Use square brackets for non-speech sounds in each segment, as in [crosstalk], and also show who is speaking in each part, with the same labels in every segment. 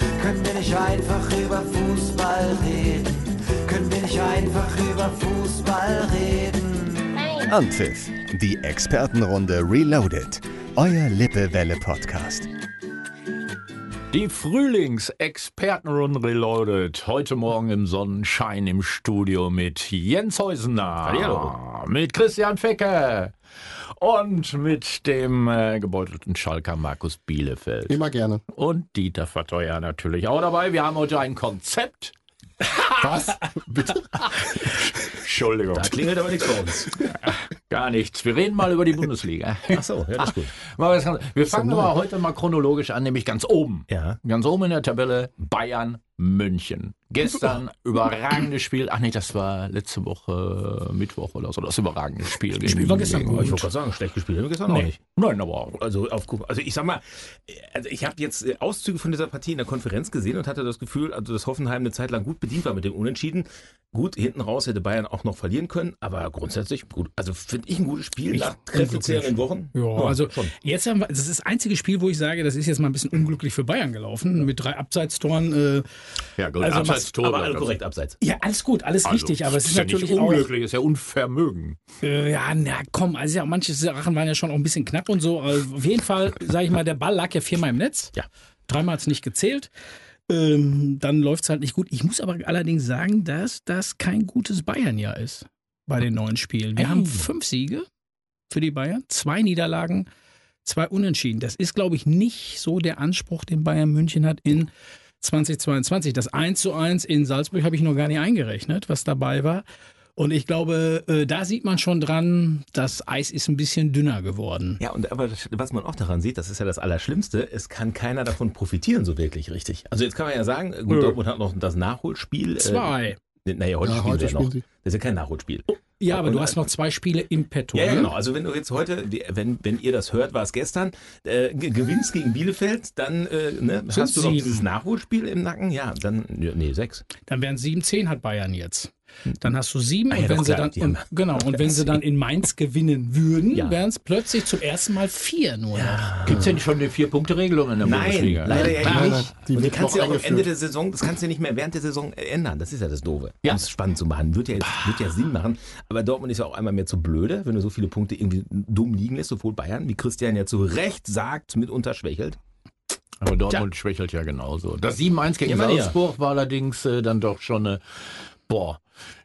Speaker 1: Können wir nicht einfach über Fußball reden? Können wir nicht einfach über Fußball reden?
Speaker 2: Anpfiff, die Expertenrunde Reloaded, euer Lippe-Welle-Podcast.
Speaker 3: Die Frühlingsexpertenrunde reloaded. Heute Morgen im Sonnenschein im Studio mit Jens Heusener.
Speaker 4: Hallo.
Speaker 3: Mit Christian Fecke. Und mit dem äh, gebeutelten Schalker Markus Bielefeld.
Speaker 4: Immer gerne.
Speaker 3: Und Dieter Verteuer natürlich auch dabei. Wir haben heute ein Konzept.
Speaker 4: Was? Bitte?
Speaker 3: Entschuldigung.
Speaker 5: Da klingelt aber nichts bei uns.
Speaker 3: Gar nichts. Wir reden mal über die Bundesliga.
Speaker 5: Achso, ja, das ist gut.
Speaker 3: Mal was ganz- Wir fangen aber heute mal chronologisch an, nämlich ganz oben.
Speaker 5: Ja.
Speaker 3: Ganz oben in der Tabelle Bayern München. Gestern
Speaker 5: [laughs]
Speaker 3: überragendes Spiel. Ach nee, das war letzte Woche Mittwoch oder so. Das überragende Spiel. gegen-
Speaker 5: Spiel war gestern
Speaker 3: gegen-
Speaker 5: gut. Ich wollte gerade sagen, schlecht gespielt haben wir gestern auch
Speaker 3: Nee.
Speaker 5: nicht.
Speaker 3: Nein, aber auch.
Speaker 5: Also, auf, also ich sag mal, also ich habe jetzt äh, Auszüge von dieser Partie in der Konferenz gesehen und hatte das Gefühl, also dass Hoffenheim eine Zeit lang gut bedient war mit dem Unentschieden. Gut, hinten raus hätte Bayern auch noch verlieren können, aber grundsätzlich gut. Also finde ich ein gutes Spiel nach kräftezehrenden Wochen.
Speaker 6: Ja, also
Speaker 5: schon.
Speaker 6: jetzt haben wir, das ist das einzige Spiel, wo ich sage, das ist jetzt mal ein bisschen unglücklich für Bayern gelaufen, mit drei Abseitstoren. Äh,
Speaker 3: Ja, gut.
Speaker 6: Also,
Speaker 3: Abseits Tor.
Speaker 5: aber alle korrekt abseits.
Speaker 6: ja, alles gut, alles
Speaker 5: Also,
Speaker 6: richtig, aber es ist,
Speaker 3: Also, ja
Speaker 6: natürlich
Speaker 3: nicht
Speaker 6: auch,
Speaker 3: unglücklich, ist ja Unvermögen.
Speaker 6: äh, ja, na komm, also ja, manche Sachen waren ja schon auch ein bisschen knapp und so. Also auf jeden Fall, sage ich mal, der Ball lag ja viermal im Netz.
Speaker 5: Ja.
Speaker 6: Dreimal hat's nicht gezählt. Ähm, dann läuft's halt nicht gut. Ich muss aber allerdings sagen, dass das kein gutes Bayern-Jahr ist bei den neuen Spielen. Wir
Speaker 5: Ei.
Speaker 6: haben fünf Siege für die Bayern, zwei Niederlagen, zwei Unentschieden. Das ist, glaube ich, nicht so der Anspruch, den Bayern München hat in 2022. Das 1 zu 1 in Salzburg habe ich noch gar nicht eingerechnet, was dabei war. Und ich glaube, äh, da sieht man schon dran, das Eis ist ein bisschen dünner geworden.
Speaker 5: Ja, und aber das, was man auch daran sieht, das ist ja das Allerschlimmste, es kann keiner davon profitieren, so wirklich richtig. Also jetzt kann man ja sagen, gut,
Speaker 6: Nö.
Speaker 5: Dortmund hat noch das Nachholspiel.
Speaker 6: Zwei.
Speaker 5: Äh, naja, heute
Speaker 4: Ja,
Speaker 5: spielen
Speaker 4: heute
Speaker 5: sie ja noch.
Speaker 4: spielen sie.
Speaker 5: Das ist ja kein Nachholspiel.
Speaker 6: Ja, aber
Speaker 5: Und-
Speaker 6: du hast noch zwei Spiele im Petto.
Speaker 5: Ja, ja,
Speaker 6: ne?
Speaker 5: genau. Also wenn du jetzt heute, die- wenn, wenn ihr das hört, war es gestern, äh, ge- gewinnst gegen Bielefeld, dann äh, ne,
Speaker 6: Sind
Speaker 5: hast du noch
Speaker 6: sieben.
Speaker 5: dieses Nachholspiel im Nacken. Ja, dann, ja, nee, sechs.
Speaker 6: Dann wären sieben, zehn hat Bayern jetzt. Dann hast du sieben
Speaker 5: Ah ja,
Speaker 6: und wenn
Speaker 5: doch,
Speaker 6: sie
Speaker 5: klar,
Speaker 6: dann
Speaker 5: die
Speaker 6: und,
Speaker 5: haben-
Speaker 6: genau und wenn sie dann in Mainz gewinnen würden,
Speaker 5: Ja.
Speaker 6: wären es plötzlich zum ersten Mal vier nur. noch.
Speaker 3: Gibt es denn schon eine Vier-Punkte-Regelung in der Bundesliga?
Speaker 5: leider ja
Speaker 4: Nein,
Speaker 5: nicht.
Speaker 4: die
Speaker 5: und die
Speaker 4: wird
Speaker 5: kannst du ja
Speaker 4: noch
Speaker 5: auch am
Speaker 4: eingeführt.
Speaker 5: Ende der Saison, das kannst du ja nicht mehr während der Saison äh, ändern. Das ist ja das Doofe.
Speaker 3: Ja.
Speaker 5: Um es spannend zu machen. Wird ja, jetzt, wird ja Sinn machen. Aber Dortmund ist ja auch einmal mehr zu blöde, wenn du so viele Punkte irgendwie dumm liegen lässt, sowohl Bayern, wie Christian ja zu Recht sagt, mitunter schwächelt.
Speaker 3: Aber Dortmund schwächelt ja genauso. Das 7-1 gegen
Speaker 5: Immer näher.
Speaker 3: Salzburg war allerdings äh, dann doch schon eine, boah,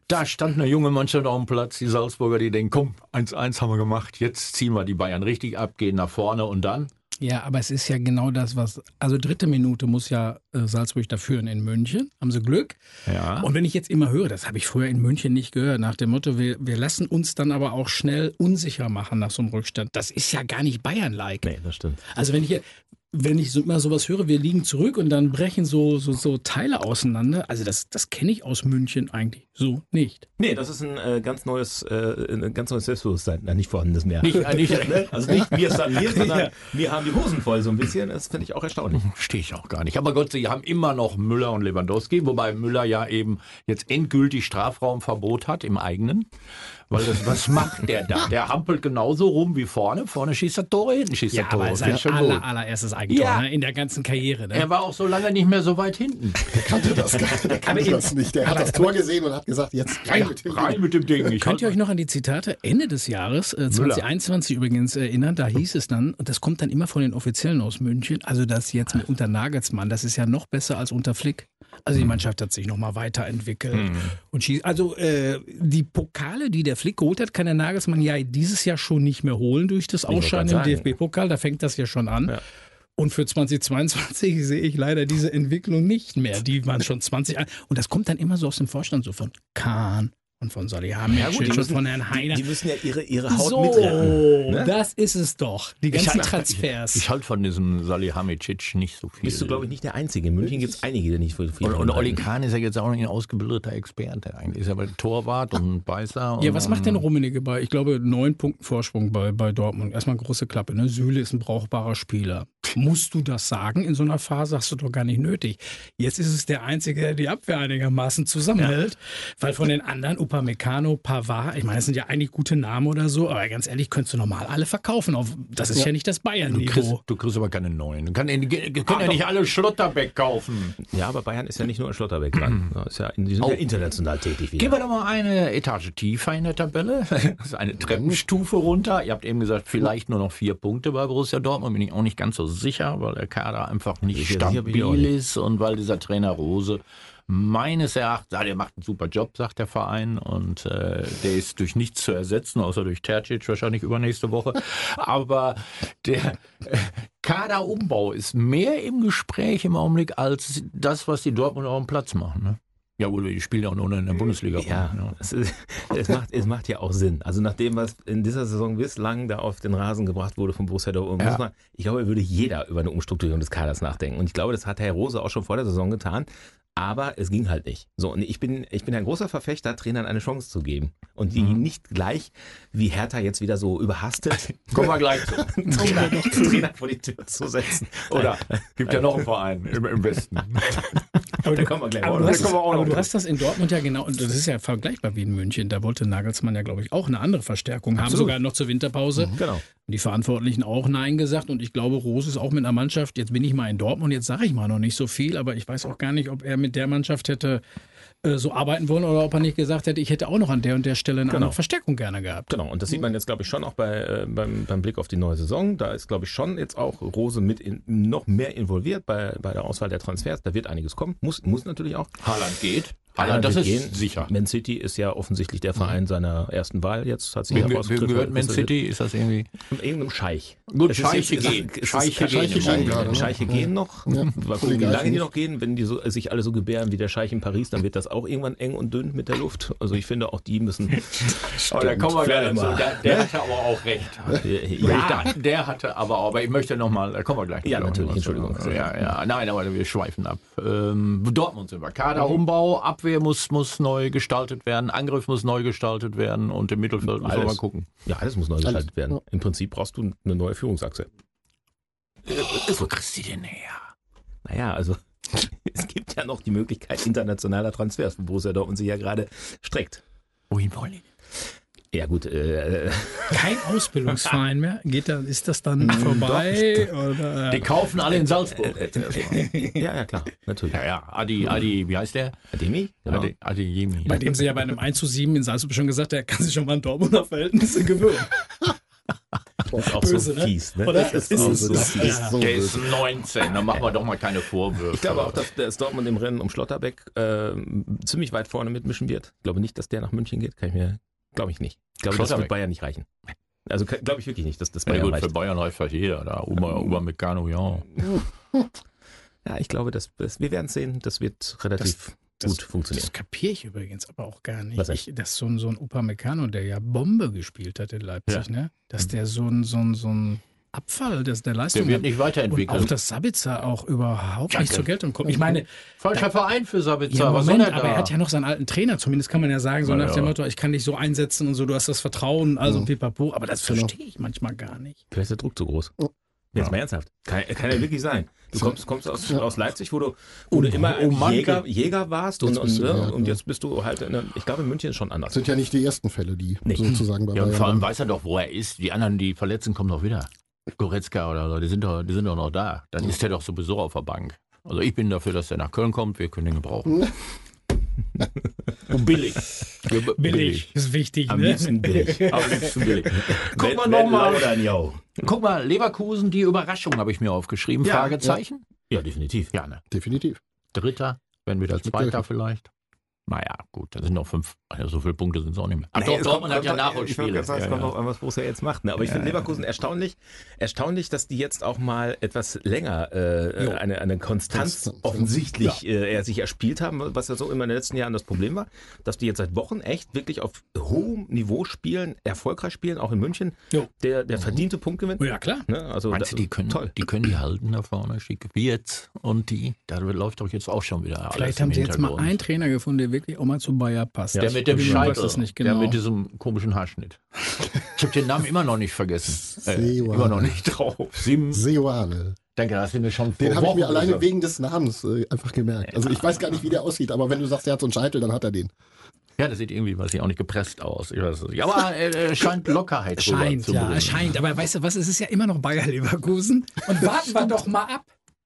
Speaker 3: da stand eine junge Mannschaft auf dem Platz, die Salzburger, die denken, komm, 1-1 haben wir gemacht, jetzt ziehen wir die Bayern richtig ab, gehen nach vorne und dann,
Speaker 6: Ja, aber es ist ja genau das, was also dritte Minute muss ja äh, Salzburg da führen in München. Haben sie Glück.
Speaker 3: ja,
Speaker 6: Und wenn ich jetzt immer höre, das habe ich früher in München nicht gehört, nach dem Motto, wir, wir lassen uns dann aber auch schnell unsicher machen nach so einem Rückstand. Das ist ja gar nicht Bayern-like.
Speaker 5: Nee, das stimmt.
Speaker 6: Also wenn ich hier- wenn ich so immer sowas höre, wir liegen zurück und dann brechen so, so, so Teile auseinander. Also das, das kenne ich aus München eigentlich so nicht.
Speaker 5: Nee, das ist ein äh, ganz neues, äh, ein ganz neues Selbstbewusstsein. Na, nicht vorhandenes mehr.
Speaker 3: Nicht- äh,
Speaker 5: [laughs]
Speaker 3: nicht-
Speaker 5: Ne? also nicht wir
Speaker 3: [laughs]
Speaker 5: sanieren, sondern wir haben die Hosen voll so ein bisschen. Das finde ich auch erstaunlich.
Speaker 3: stehe ich auch gar nicht. Aber Gott, sie haben immer noch Müller und Lewandowski, wobei Müller ja eben jetzt endgültig Strafraumverbot hat im eigenen. Weil das, was macht der da? Der hampelt genauso rum wie vorne, vorne schießt er Tore, hinten schießt er Tore.
Speaker 6: es
Speaker 3: Finde ich
Speaker 6: ist
Speaker 3: schon
Speaker 6: ein
Speaker 3: gut.
Speaker 6: aller, allererstes Eigentor
Speaker 3: Ja.
Speaker 6: ne? in der ganzen Karriere. Ne?
Speaker 3: er war auch so lange nicht mehr so weit hinten.
Speaker 4: Der kannte das gar nicht. Der kannte das nicht. Der hat das Tor gesehen und hat gesagt, jetzt rein mit dem
Speaker 3: Rein mit dem Ding. Ich halt
Speaker 6: Könnt ihr euch noch an die Zitate Ende des Jahres, äh, 2021 übrigens, äh, erinnern? Da hieß es dann, und das kommt dann immer von den Offiziellen aus München, also das jetzt mit unter Nagelsmann, das ist ja noch besser als unter Flick. Also die
Speaker 5: Hm.
Speaker 6: Mannschaft hat sich nochmal weiterentwickelt. Und schießt, also äh, die Pokale, die der Flick geholt hat, kann der Nagelsmann ja dieses Jahr schon nicht mehr holen durch das
Speaker 5: wollte
Speaker 6: Ausscheiden im
Speaker 5: gerade sagen.
Speaker 6: DFB-Pokal. Da fängt das ja schon an. Und für 2022 [laughs] sehe ich leider diese Entwicklung nicht mehr, die man schon 20 Jahre- und das kommt dann immer so aus dem Vorstand so von Kahn und von Salihamidzic
Speaker 5: die
Speaker 6: und
Speaker 5: müssen-
Speaker 6: von Herrn
Speaker 5: Die,
Speaker 6: Heiner.
Speaker 5: die müssen ja ihre, ihre Haut
Speaker 6: so,
Speaker 5: mitretten. ne?
Speaker 6: das ist es doch. Die ganzen Transfers.
Speaker 3: Ich halte von diesem Salihamidzic nicht so viel.
Speaker 5: Bist du, glaube ich, nicht der Einzige. In München gibt es einige, die nicht für viel
Speaker 3: und, und Olli Kahn ist ja jetzt auch noch ein ausgebildeter Experte eigentlich. Ist ja aber Torwart und Beißer. Und,
Speaker 6: ja, was macht denn Rummenigge bei? Ich glaube, neun Punkten Vorsprung bei, bei Dortmund. Erstmal große Klappe. Ne? Süle ist ein brauchbarer Spieler. Musst du das sagen? In so einer Phase hast du doch gar nicht nötig. Jetzt ist es der Einzige, der die Abwehr einigermaßen zusammenhält, weil von den anderen, Upamecano, Pavard, ich meine, das sind ja eigentlich gute Namen oder so, aber ganz ehrlich, könntest du normal alle verkaufen. Auf, das ist ja, nicht das
Speaker 3: Du kriegst,
Speaker 6: Bayern-Niveau.
Speaker 3: du kriegst aber keine neuen. Du kannst kann äh, ja nicht alle Schlotterbeck kaufen.
Speaker 5: Ja, aber Bayern ist ja nicht nur in Schlotterbeck
Speaker 3: Hm.
Speaker 5: dran. Ja, Ist ja, die sind
Speaker 3: Oh.
Speaker 5: ja international tätig.
Speaker 3: Gehen
Speaker 5: Wieder.
Speaker 3: wir doch mal eine Etage tiefer in der [laughs] Tabelle. Das ist eine Treppenstufe runter. Ihr habt eben gesagt, vielleicht nur noch vier Punkte bei Borussia Dortmund. Bin ich auch nicht ganz so sicher, weil der Kader einfach nicht
Speaker 5: sicher bin ich auch
Speaker 3: stabil
Speaker 5: nicht.
Speaker 3: ist und weil dieser Trainer Rose meines Erachtens, ah, der macht einen super Job, sagt der Verein. Und äh, der ist durch nichts zu ersetzen, außer durch Tercic wahrscheinlich übernächste Woche. Aber der äh, Kaderumbau ist mehr im Gespräch im Augenblick als das, was die Dortmunder auf dem Platz machen. Ne? Ja, gut, die spielen ja auch noch in der Bundesliga. ne?
Speaker 5: Ja, es, ist, [laughs] es, macht, es macht ja auch Sinn. Also nach dem, was in dieser Saison bislang da auf den Rasen gebracht wurde von Borussia Dortmund,
Speaker 3: Ja.
Speaker 5: muss man, ich glaube, würde jeder über eine Umstrukturierung des Kaders nachdenken. Und ich glaube, das hat Herr Rose auch schon vor der Saison getan. Aber es ging halt nicht. So, und ich bin, ich bin ein großer Verfechter, Trainern eine Chance zu geben. Und die
Speaker 3: Mhm.
Speaker 5: nicht gleich, wie Hertha jetzt wieder so überhastet,
Speaker 3: [laughs] Kommen wir gleich zu.
Speaker 5: [laughs] Trainer, Trainer vor die Tür zu setzen.
Speaker 3: [laughs] Oder gibt ja noch einen Verein im, im Westen.
Speaker 6: Aber
Speaker 5: Da
Speaker 6: du-
Speaker 5: kommen wir gleich
Speaker 6: Aber du,
Speaker 5: mal drauf.
Speaker 6: hast,
Speaker 3: Da kommen wir auch
Speaker 6: aber
Speaker 3: noch
Speaker 6: du hast das in Dortmund ja genau, und das ist ja vergleichbar wie in München. Da wollte Nagelsmann ja, glaube ich, auch eine andere Verstärkung haben, sogar noch zur Winterpause.
Speaker 3: Mhm.
Speaker 5: Genau.
Speaker 6: Und die Verantwortlichen auch Nein gesagt. Und ich glaube, Rose ist auch mit einer Mannschaft, jetzt bin ich mal in Dortmund, jetzt sage ich mal noch nicht so viel, aber ich weiß auch gar nicht, ob er mit der Mannschaft hätte äh, so arbeiten wollen oder ob er nicht gesagt hätte, ich hätte auch noch an der und der Stelle
Speaker 3: Genau.
Speaker 6: eine andere Verstärkung gerne gehabt.
Speaker 5: Genau, und das sieht man jetzt, glaube ich, schon auch bei, äh, beim, beim Blick auf die neue Saison. Da ist, glaube ich, schon jetzt auch Rose mit in, noch mehr involviert bei, bei der Auswahl der Transfers. Da wird einiges kommen. Muss, muss natürlich auch.
Speaker 3: Haaland geht.
Speaker 5: Einer
Speaker 3: Haaland, das
Speaker 5: wird
Speaker 3: ist
Speaker 5: gehen.
Speaker 3: sicher. Mhm.
Speaker 5: Man City ist ja offensichtlich der Verein seiner ersten Wahl. Jetzt hat sich
Speaker 3: Wem,
Speaker 5: ja
Speaker 3: ge- wem gehört Man City? Ist das irgendwie?
Speaker 5: Irgendeinem Scheich.
Speaker 3: Gut,
Speaker 5: Es ist jetzt-
Speaker 3: Scheiche
Speaker 5: es ist-
Speaker 3: gehen.
Speaker 5: es ist-
Speaker 3: Scheiche
Speaker 5: es ist-
Speaker 3: gehen ne? Mhm. im
Speaker 4: Moment, ja.
Speaker 5: Scheiche gehen. Scheiche gehen noch.
Speaker 4: Ja.
Speaker 5: Mal gucken, wie
Speaker 4: Illegal
Speaker 5: lange die
Speaker 4: nicht.
Speaker 5: noch gehen. Wenn die so, sich alle so gebären wie der Scheich in Paris, dann wird das auch irgendwann eng und dünn mit der Luft. Also ich finde, auch
Speaker 3: [laughs]
Speaker 5: die müssen Oh,
Speaker 3: Aber Oh, da kommen wir gleich
Speaker 5: Vielleicht
Speaker 3: dazu.
Speaker 5: mal.
Speaker 3: Der, der hatte aber auch recht.
Speaker 5: äh, Ja.
Speaker 3: Der, der hatte aber, aber ich möchte nochmal, da kommen wir gleich.
Speaker 5: Ja,
Speaker 3: noch
Speaker 5: natürlich,
Speaker 3: was zu-
Speaker 5: Entschuldigung.
Speaker 3: Ja, ja, nein, aber wir schweifen ab. Ähm, Dortmund sind wir. Kaderumbau, Abwehr muss, muss neu gestaltet werden, Angriff muss neu gestaltet werden und im Mittelfeld müssen wir
Speaker 5: Alles.
Speaker 3: mal gucken.
Speaker 5: Ja, das muss neu gestaltet werden.
Speaker 4: ja.
Speaker 5: Im Prinzip brauchst du eine neue Führungsachse.
Speaker 3: Wo Also, kriegst du die denn her?
Speaker 5: Naja, also [laughs] es gibt ja noch die Möglichkeit internationaler Transfers, wo Borussia Dortmund sich ja gerade streckt.
Speaker 3: Wohin wollen die?
Speaker 5: Ja gut, äh,
Speaker 6: Kein Ausbildungsverein mehr. Geht dann, ist das
Speaker 3: Mm,
Speaker 6: dann vorbei? Oder,
Speaker 3: Die kaufen alle in Salzburg.
Speaker 5: äh, [laughs] ja, ja klar, natürlich.
Speaker 3: Ja, ja, Adi, Adi, wie heißt der?
Speaker 5: Ademi? Genau.
Speaker 3: Adi, Adi Jemi.
Speaker 6: Bei dem sie ja bei einem 1 zu 7 in Salzburg schon gesagt, der kann sich schon mal an Dortmunder Verhältnisse gewöhnen.
Speaker 5: Das ist auch
Speaker 6: Böse,
Speaker 5: so
Speaker 6: ne?
Speaker 5: fies. Ne?
Speaker 6: Oder?
Speaker 5: Das
Speaker 6: Ist
Speaker 5: ist auch
Speaker 6: es
Speaker 5: so
Speaker 6: so?
Speaker 5: fies.
Speaker 4: ist so
Speaker 3: Der ist 19, da machen wir doch mal keine Vorwürfe.
Speaker 5: Ich glaube auch, dass, dass Dortmund im Rennen um Schlotterbeck äh, ziemlich weit vorne mitmischen wird. Ich glaube nicht, dass der nach München geht. Kann ich mir, glaube ich nicht. Ich glaube, das
Speaker 3: Schlotterbeck.
Speaker 5: wird Bayern nicht reichen. Also kann- glaube ich wirklich nicht, dass das
Speaker 3: ja,
Speaker 5: Bayern
Speaker 3: gut,
Speaker 5: reicht.
Speaker 3: für Bayern reicht vielleicht jeder. Da Uber, Meccano, ja.
Speaker 5: Ja, ich glaube, das, das, wir werden sehen. Das wird relativ
Speaker 6: das-
Speaker 5: gut funktionieren.
Speaker 6: Das kapiere ich übrigens aber auch gar nicht.
Speaker 5: Was denn?
Speaker 6: ich, dass so ein, so ein Upamecano, der ja Bombe gespielt hat in Leipzig, ne? dass der so ein, so ein, so ein Abfall dass der Leistung
Speaker 3: Mhm. Der wird
Speaker 6: hat.
Speaker 3: nicht
Speaker 6: Und auch,
Speaker 3: weiterentwickelt.
Speaker 6: dass Sabitzer auch überhaupt
Speaker 3: Danke.
Speaker 6: nicht zur Geltung kommt. Ich meine,
Speaker 3: Falscher Verein für Sabitzer.
Speaker 6: ja,
Speaker 3: was
Speaker 6: Moment,
Speaker 3: soll er da?
Speaker 6: aber er hat ja noch seinen alten Trainer, zumindest kann man ja sagen, so
Speaker 3: Ja, Mhm.
Speaker 6: nach dem
Speaker 3: ja.
Speaker 6: Motto, ich kann dich so einsetzen und so, du hast das Vertrauen, also pipapo. Aber das
Speaker 4: Genau.
Speaker 6: verstehe ich manchmal gar nicht.
Speaker 5: Vielleicht ist der Druck zu groß. Jetzt mal ernsthaft. Kann, kann ja wirklich sein. Du kommst, kommst aus, aus Leipzig, wo du, wo du immer
Speaker 3: oh Mann,
Speaker 5: Jäger, Jäger warst und,
Speaker 4: Jetzt
Speaker 5: und,
Speaker 4: Um bist du-
Speaker 5: ne,
Speaker 4: ja,
Speaker 5: und
Speaker 4: ja.
Speaker 5: jetzt bist du halt, in, einer- ich glaube, in München ist schon anders.
Speaker 4: sind ja nicht die ersten Fälle, die
Speaker 5: Nee.
Speaker 4: sozusagen bei
Speaker 3: ja, und
Speaker 4: Bayern
Speaker 3: vor allem
Speaker 4: waren.
Speaker 3: weiß er doch, wo er ist. Die anderen, die verletzen, kommen doch wieder. Goretzka oder so, die sind doch, die sind doch noch da. Dann ist er doch sowieso auf der Bank. Also ich bin dafür, dass er nach Köln kommt. Wir können ihn gebrauchen. [laughs] Und billig. Ja, b-
Speaker 6: Billig, ist wichtig,
Speaker 5: Am
Speaker 6: ne?
Speaker 4: [laughs]
Speaker 5: liebsten billig.
Speaker 3: Am liebsten
Speaker 5: [laughs]
Speaker 3: billig. Guck
Speaker 5: Wenn-
Speaker 3: mal
Speaker 5: wenn
Speaker 3: nochmal.
Speaker 5: Laudern, yo.
Speaker 3: Guck mal, Leverkusen, die Überraschung habe ich mir aufgeschrieben.
Speaker 5: Ja,
Speaker 3: Fragezeichen.
Speaker 5: Ja, definitiv.
Speaker 3: Ja, ne.
Speaker 4: Definitiv.
Speaker 3: Dritter, wenn wieder
Speaker 4: Das wird
Speaker 3: Zweiter
Speaker 4: helfen.
Speaker 3: vielleicht. Naja, gut, da sind noch fünf. Also so viele Punkte sind es auch nicht mehr. Ach
Speaker 5: Nee,
Speaker 3: doch,
Speaker 5: es
Speaker 3: Dortmund hat ja
Speaker 5: doch- Ich
Speaker 3: Nachholspiele.
Speaker 5: wollte gerade sagen, es kommt drauf an, was Borussia jetzt macht. Ne? Aber ich finde Leverkusen erstaunlich, erstaunlich, dass die jetzt auch mal etwas länger äh, eine, eine Konstanz
Speaker 4: Konstanz, ja.
Speaker 5: offensichtlich äh, er sich erspielt haben, was ja so immer in den letzten Jahren das Problem war, dass die jetzt seit Wochen echt wirklich auf hohem Niveau spielen, erfolgreich spielen, auch in München.
Speaker 6: Jo.
Speaker 5: Der, der verdiente Punktgewinn.
Speaker 6: Oh [laughs] ja, klar.
Speaker 5: Ne? Also,
Speaker 3: Mhm. Meinst du,
Speaker 5: da-
Speaker 3: die können,
Speaker 5: toll.
Speaker 3: die können die halten da vorne, schick wie jetzt und die, da läuft doch jetzt auch schon wieder alles
Speaker 6: Vielleicht
Speaker 3: im
Speaker 6: haben sie jetzt mal
Speaker 3: Hintergrund.
Speaker 6: einen Trainer gefunden, der wirklich auch mal zu Bayer passt.
Speaker 3: Der mit dem
Speaker 6: Ich weiß
Speaker 3: Scheitel,
Speaker 6: das nicht
Speaker 3: der
Speaker 6: genau.
Speaker 3: mit diesem komischen Haarschnitt. Ich habe den Namen immer noch nicht vergessen. Äh,
Speaker 4: Seoane.
Speaker 3: immer noch nicht drauf. Sim,
Speaker 4: Seoane.
Speaker 3: Denke, das sind wir schon vor
Speaker 4: Den habe ich
Speaker 3: Oh, Wochen
Speaker 4: mir alleine
Speaker 3: gesagt.
Speaker 4: wegen des Namens äh, einfach gemerkt. Also ich weiß gar nicht, wie der aussieht, aber wenn du sagst, der hat so einen Scheitel, dann hat er den.
Speaker 3: Ja, das sieht irgendwie, weiß ich auch nicht, gepresst aus. Ich weiß es nicht. Aber äh, äh, scheint Lockerheit drüber
Speaker 6: Scheint,
Speaker 3: zu
Speaker 6: ja,
Speaker 3: bringen.
Speaker 6: scheint. Aber weißt du was, es ist ja immer noch Bayer Leverkusen. Und warten wir doch mal ab.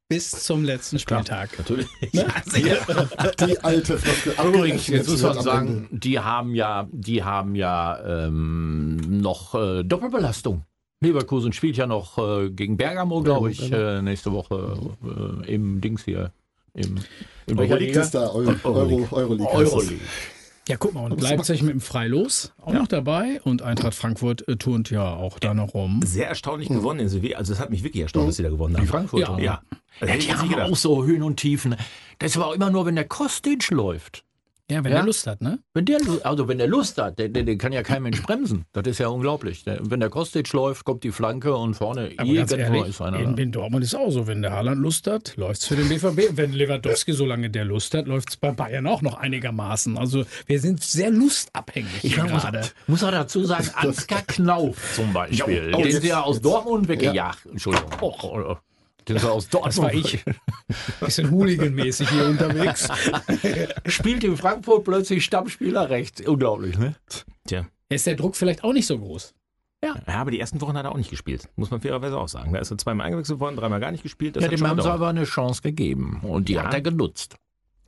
Speaker 6: Bis zum letzten Spieltag. [laughs] Ne?
Speaker 5: Natürlich.
Speaker 3: [laughs]
Speaker 4: Die alte Floskel.
Speaker 3: Übrigens,
Speaker 4: abgerechnet
Speaker 3: Also jetzt muss
Speaker 4: wird
Speaker 3: man
Speaker 4: am
Speaker 3: sagen, die haben ja, die haben ja ähm, noch äh, Doppelbelastung. Leverkusen spielt ja noch äh, gegen Bergamo, glaube ich, äh, nächste Woche äh, im Dings hier. Im, in welcher
Speaker 4: Ende. Euroleague
Speaker 3: Liga?
Speaker 4: ist da, Euro, Euro, Euroleague. heißt es.
Speaker 3: Euroleague.
Speaker 6: Ja, guck mal, und Leipzig mit dem Freilos auch noch dabei. Und Eintracht Frankfurt äh, turnt ja auch da noch rum.
Speaker 5: Sehr erstaunlich
Speaker 3: Mhm.
Speaker 5: gewonnen in Sevilla. Also das hat mich wirklich erstaunt, dass sie da gewonnen haben.
Speaker 3: Die Frankfurter.
Speaker 6: Ja.
Speaker 3: ne?
Speaker 5: Ja.
Speaker 3: Ja, die haben auch so Höhen und Tiefen. Das war auch immer nur, wenn der Kostic läuft.
Speaker 6: Ja, wenn
Speaker 3: Ja.
Speaker 6: er Lust hat, ne?
Speaker 3: Wenn der, Lu- also wenn der Lust hat, der, der, der kann ja kein Mensch bremsen. Das ist ja unglaublich. Der, wenn der Kostic läuft, kommt die Flanke und vorne
Speaker 6: Aber ganz
Speaker 3: irgendwo
Speaker 6: ehrlich,
Speaker 3: ist einer.
Speaker 6: in,
Speaker 3: da.
Speaker 6: in Dortmund ist auch so, wenn der Haaland Lust hat, läuft es für den BVB. Und wenn Lewandowski, solange der Lust hat, läuft es bei Bayern auch noch einigermaßen. Also wir sind sehr lustabhängig
Speaker 3: Ich
Speaker 6: hier
Speaker 3: muss,
Speaker 6: gerade.
Speaker 3: muss auch dazu sagen, [laughs] Ansgar Knauf zum Beispiel,
Speaker 5: Ja, oh,
Speaker 3: den
Speaker 5: jetzt-
Speaker 3: sie ja aus Dortmund weggejagt, Entschuldigung, Oh, den sie [laughs] aus Dortmund
Speaker 6: Das war ich. Bisschen hooliganmäßig hier
Speaker 3: [laughs]
Speaker 6: unterwegs.
Speaker 3: spielt in Frankfurt plötzlich Stammspieler rechts. Unglaublich, ne?
Speaker 5: Tja.
Speaker 6: Ist der Druck vielleicht auch nicht so groß?
Speaker 5: Ja, aber die ersten Wochen hat er auch nicht gespielt. Muss man fairerweise auch sagen. Da ist er zweimal eingewechselt worden, dreimal gar nicht gespielt. Das
Speaker 3: Ja,
Speaker 5: hat
Speaker 3: dem
Speaker 5: schon
Speaker 3: haben sie
Speaker 5: gedauert.
Speaker 3: aber eine Chance gegeben und die
Speaker 5: Ja.
Speaker 3: hat er genutzt.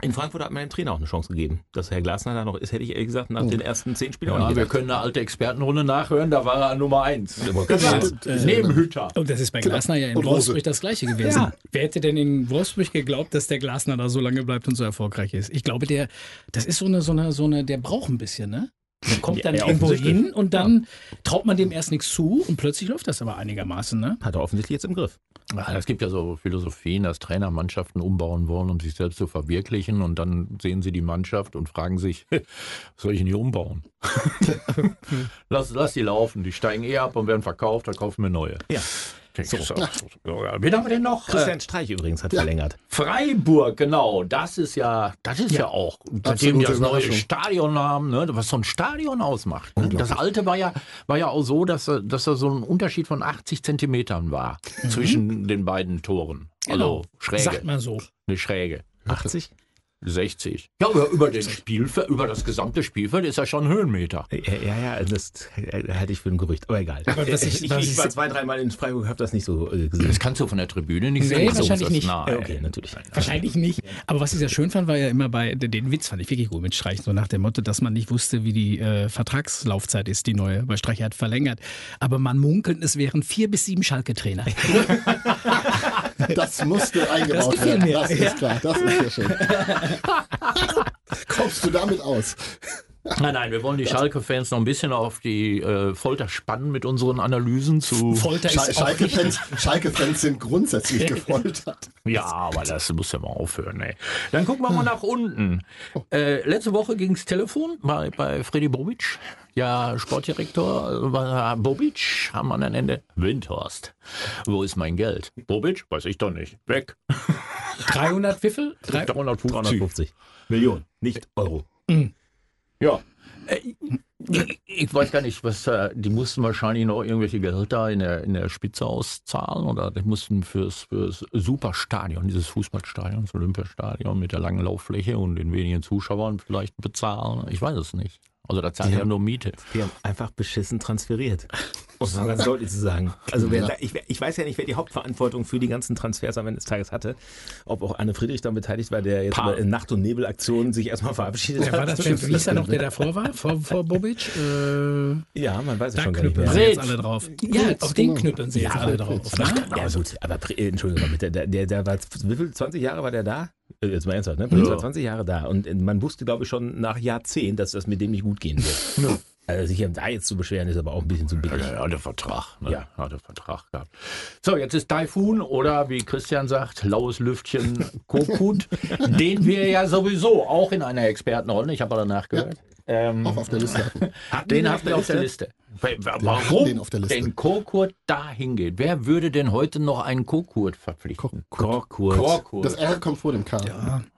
Speaker 5: In Frankfurt hat man dem Trainer auch eine Chance gegeben. Dass Herr Glasner da noch ist, hätte ich ehrlich gesagt nach den ersten zehn Spielen auch
Speaker 3: Ja,
Speaker 5: nicht
Speaker 3: wir
Speaker 5: gedacht.
Speaker 3: können eine alte Expertenrunde nachhören, da war er Nummer eins.
Speaker 4: Stimmt, ich
Speaker 3: Neben Hütter.
Speaker 6: Und Oh, das ist bei Glasner ja in
Speaker 4: Und Rose.
Speaker 6: Wolfsburg das Gleiche gewesen. Wer hätte denn in Wolfsburg geglaubt, dass der Glasner da so lange bleibt und so erfolgreich ist? Ich glaube, der, das ist so eine, so eine, so eine, der braucht ein bisschen, ne? Der kommt dann
Speaker 5: Ja,
Speaker 6: irgendwo
Speaker 5: offensichtlich.
Speaker 6: hin und dann traut man dem erst nichts zu und plötzlich läuft das aber einigermaßen, ne?
Speaker 5: Hat er offensichtlich jetzt im Griff.
Speaker 3: Ja, Es gibt ja so Philosophien, dass Trainer Mannschaften umbauen wollen, um sich selbst zu verwirklichen. Und dann sehen sie die Mannschaft und fragen sich, [laughs] was soll ich denn hier umbauen? [laughs] lass, lass die laufen, die steigen eh ab und werden verkauft, dann kaufen wir neue.
Speaker 5: Ja.
Speaker 3: So. So, Wen haben wir denn noch? Äh,
Speaker 5: Christian Streich übrigens hat verlängert.
Speaker 3: Freiburg, genau. Das ist ja, das ist ja, auch, seitdem die
Speaker 4: absolute
Speaker 3: das neue
Speaker 4: Überraschung.
Speaker 3: Stadion haben, ne, was so ein Stadion ausmacht. Ne? Das alte war ja, war ja auch so, dass, äh, dass da so ein Unterschied von 80 Zentimetern war zwischen den beiden Toren. Also schräge.
Speaker 6: Genau. Sagt man so.
Speaker 3: Eine Schräge.
Speaker 5: 80?
Speaker 3: 60. Ja, über, über, den Spielfeld, über das gesamte Spielfeld ist ja schon ein Höhenmeter.
Speaker 5: Ja, ja, ja, das äh, halte ich für ein Gerücht, aber egal.
Speaker 6: was ich-
Speaker 5: ich,
Speaker 6: was
Speaker 5: ich
Speaker 6: ich-
Speaker 5: war zwei, dreimal in Freiburg, habe das nicht so äh, gesehen.
Speaker 3: Das kannst du von der Tribüne nicht
Speaker 6: Nee,
Speaker 3: sehen. dass
Speaker 6: wahrscheinlich
Speaker 3: das
Speaker 6: nicht.
Speaker 3: nah-
Speaker 5: Äh, Okay, natürlich.
Speaker 6: Wahrscheinlich nicht. Aber was ich sehr schön fand, war ja immer bei, den Witz fand ich wirklich gut mit Streich, so nach dem Motto, dass man nicht wusste, wie die äh, Vertragslaufzeit ist, die neue, weil Streich hat verlängert. Aber man munkelt, es wären vier bis sieben Schalke-Trainer.
Speaker 4: Das musste
Speaker 6: Das
Speaker 4: eingebaut
Speaker 6: gefällt
Speaker 4: werden.
Speaker 6: mir.
Speaker 4: Das ist klar. Das ist ja schön.
Speaker 3: [laughs]
Speaker 4: Kommst du damit aus?
Speaker 3: Nein, nein, wir wollen die Schalke-Fans noch ein bisschen auf die äh, Folter spannen mit unseren Analysen zu.
Speaker 6: Folter ist
Speaker 4: Schal-
Speaker 6: auch richtig.
Speaker 4: Schalke-Fans Schalke sind grundsätzlich gefoltert.
Speaker 3: Ja, aber das muss ja mal aufhören. Ey. Dann gucken wir
Speaker 6: Hm.
Speaker 3: mal nach unten. Äh, letzte Woche ging's Telefon bei, bei Freddy Bobic. Ja, Sportdirektor äh, war Bobic am anderen Ende. Windhorst. Wo ist mein Geld? Bobic? Weiß ich doch nicht. Weg.
Speaker 6: 300 Pfiffel? Drei-
Speaker 3: 350.
Speaker 5: 350 Millionen, nicht Euro.
Speaker 3: Ja. Äh, Ich, ich weiß gar nicht, was äh, die mussten wahrscheinlich noch irgendwelche Gehälter in der, in der Spitze auszahlen oder die mussten fürs, fürs Superstadion, dieses Fußballstadion, das Olympiastadion mit der langen Lauffläche und den wenigen Zuschauern vielleicht bezahlen. Ich weiß es nicht. Also da zahlen
Speaker 5: Die
Speaker 3: ja,
Speaker 5: haben-
Speaker 3: nur Miete.
Speaker 5: Die haben einfach beschissen transferiert. Um es mal ganz deutlich zu sagen. Also wer, da- ich, ich weiß ja nicht, wer die Hauptverantwortung für die ganzen Transfers am Ende des Tages hatte. Ob auch Anne Friedrich dann beteiligt war, der jetzt
Speaker 3: Pa.
Speaker 5: bei Nacht- und Nebelaktionen sich erstmal verabschiedet
Speaker 6: Wer
Speaker 5: hat.
Speaker 6: war das denn? Wie hieß er noch, der davor war? Vor, vor Bobic? Äh,
Speaker 5: Ja, man weiß es
Speaker 6: da
Speaker 5: schon gar nicht
Speaker 6: knüppeln
Speaker 5: mehr.
Speaker 6: sie jetzt
Speaker 3: Fritz.
Speaker 6: alle drauf. Ja, auf den knüppeln sie jetzt alle drauf. Ne?
Speaker 5: Ja, gut, aber Pre- äh, Entschuldigung, mal bitte, der, der, der war, wie viel, 20 Jahre war der da? Äh, Jetzt mal ernsthaft, ne? Der war 20 Jahre da und äh, man wusste, glaube ich, schon nach Jahrzehnt, dass das mit dem nicht gut gehen wird. Also sich da jetzt zu beschweren, ist aber auch ein bisschen zu billig.
Speaker 3: Ja, der Vertrag. Ne?
Speaker 5: Ja.
Speaker 3: Hat der Vertrag gehabt. So, jetzt ist Taifun oder wie Christian sagt, laues [laughs] Lüftchen Kokut, den wir ja sowieso auch in einer Expertenrunde, ich habe aber danach gehört. ähm,
Speaker 4: Auch auf der Liste hatten.
Speaker 3: Den habt ihr auf der Liste. Wa- wa- Warum
Speaker 4: hatten den auf der Liste.
Speaker 3: denn Kokurt da hingeht? Wer würde denn heute noch einen Kokurt verpflichten?
Speaker 5: Korkurt.
Speaker 3: Kokurt.
Speaker 4: Das R kommt vor dem K.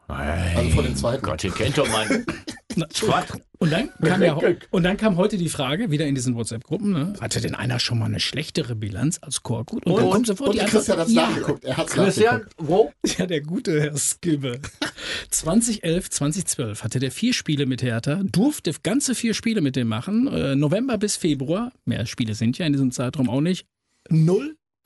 Speaker 4: Also vor dem zweiten.
Speaker 3: Gott, ihr kennt doch meinen
Speaker 6: Na, und, dann kam ja, und dann kam heute die Frage, wieder in diesen WhatsApp-Gruppen, ne? hatte denn einer schon mal eine schlechtere Bilanz als Korkut? Und, dann kommt sofort
Speaker 4: Und
Speaker 6: die
Speaker 4: Christian hat
Speaker 6: Antwort,
Speaker 4: es
Speaker 6: ja.
Speaker 4: nachgeguckt. Er hat es
Speaker 3: Christian,
Speaker 4: nachgeguckt.
Speaker 3: wo?
Speaker 6: ja, der gute Herr Skibbe. 2011, 2012 hatte der vier Spiele mit Hertha, durfte ganze vier Spiele mit dem machen, äh, November bis Februar, mehr Spiele sind ja in diesem Zeitraum auch nicht,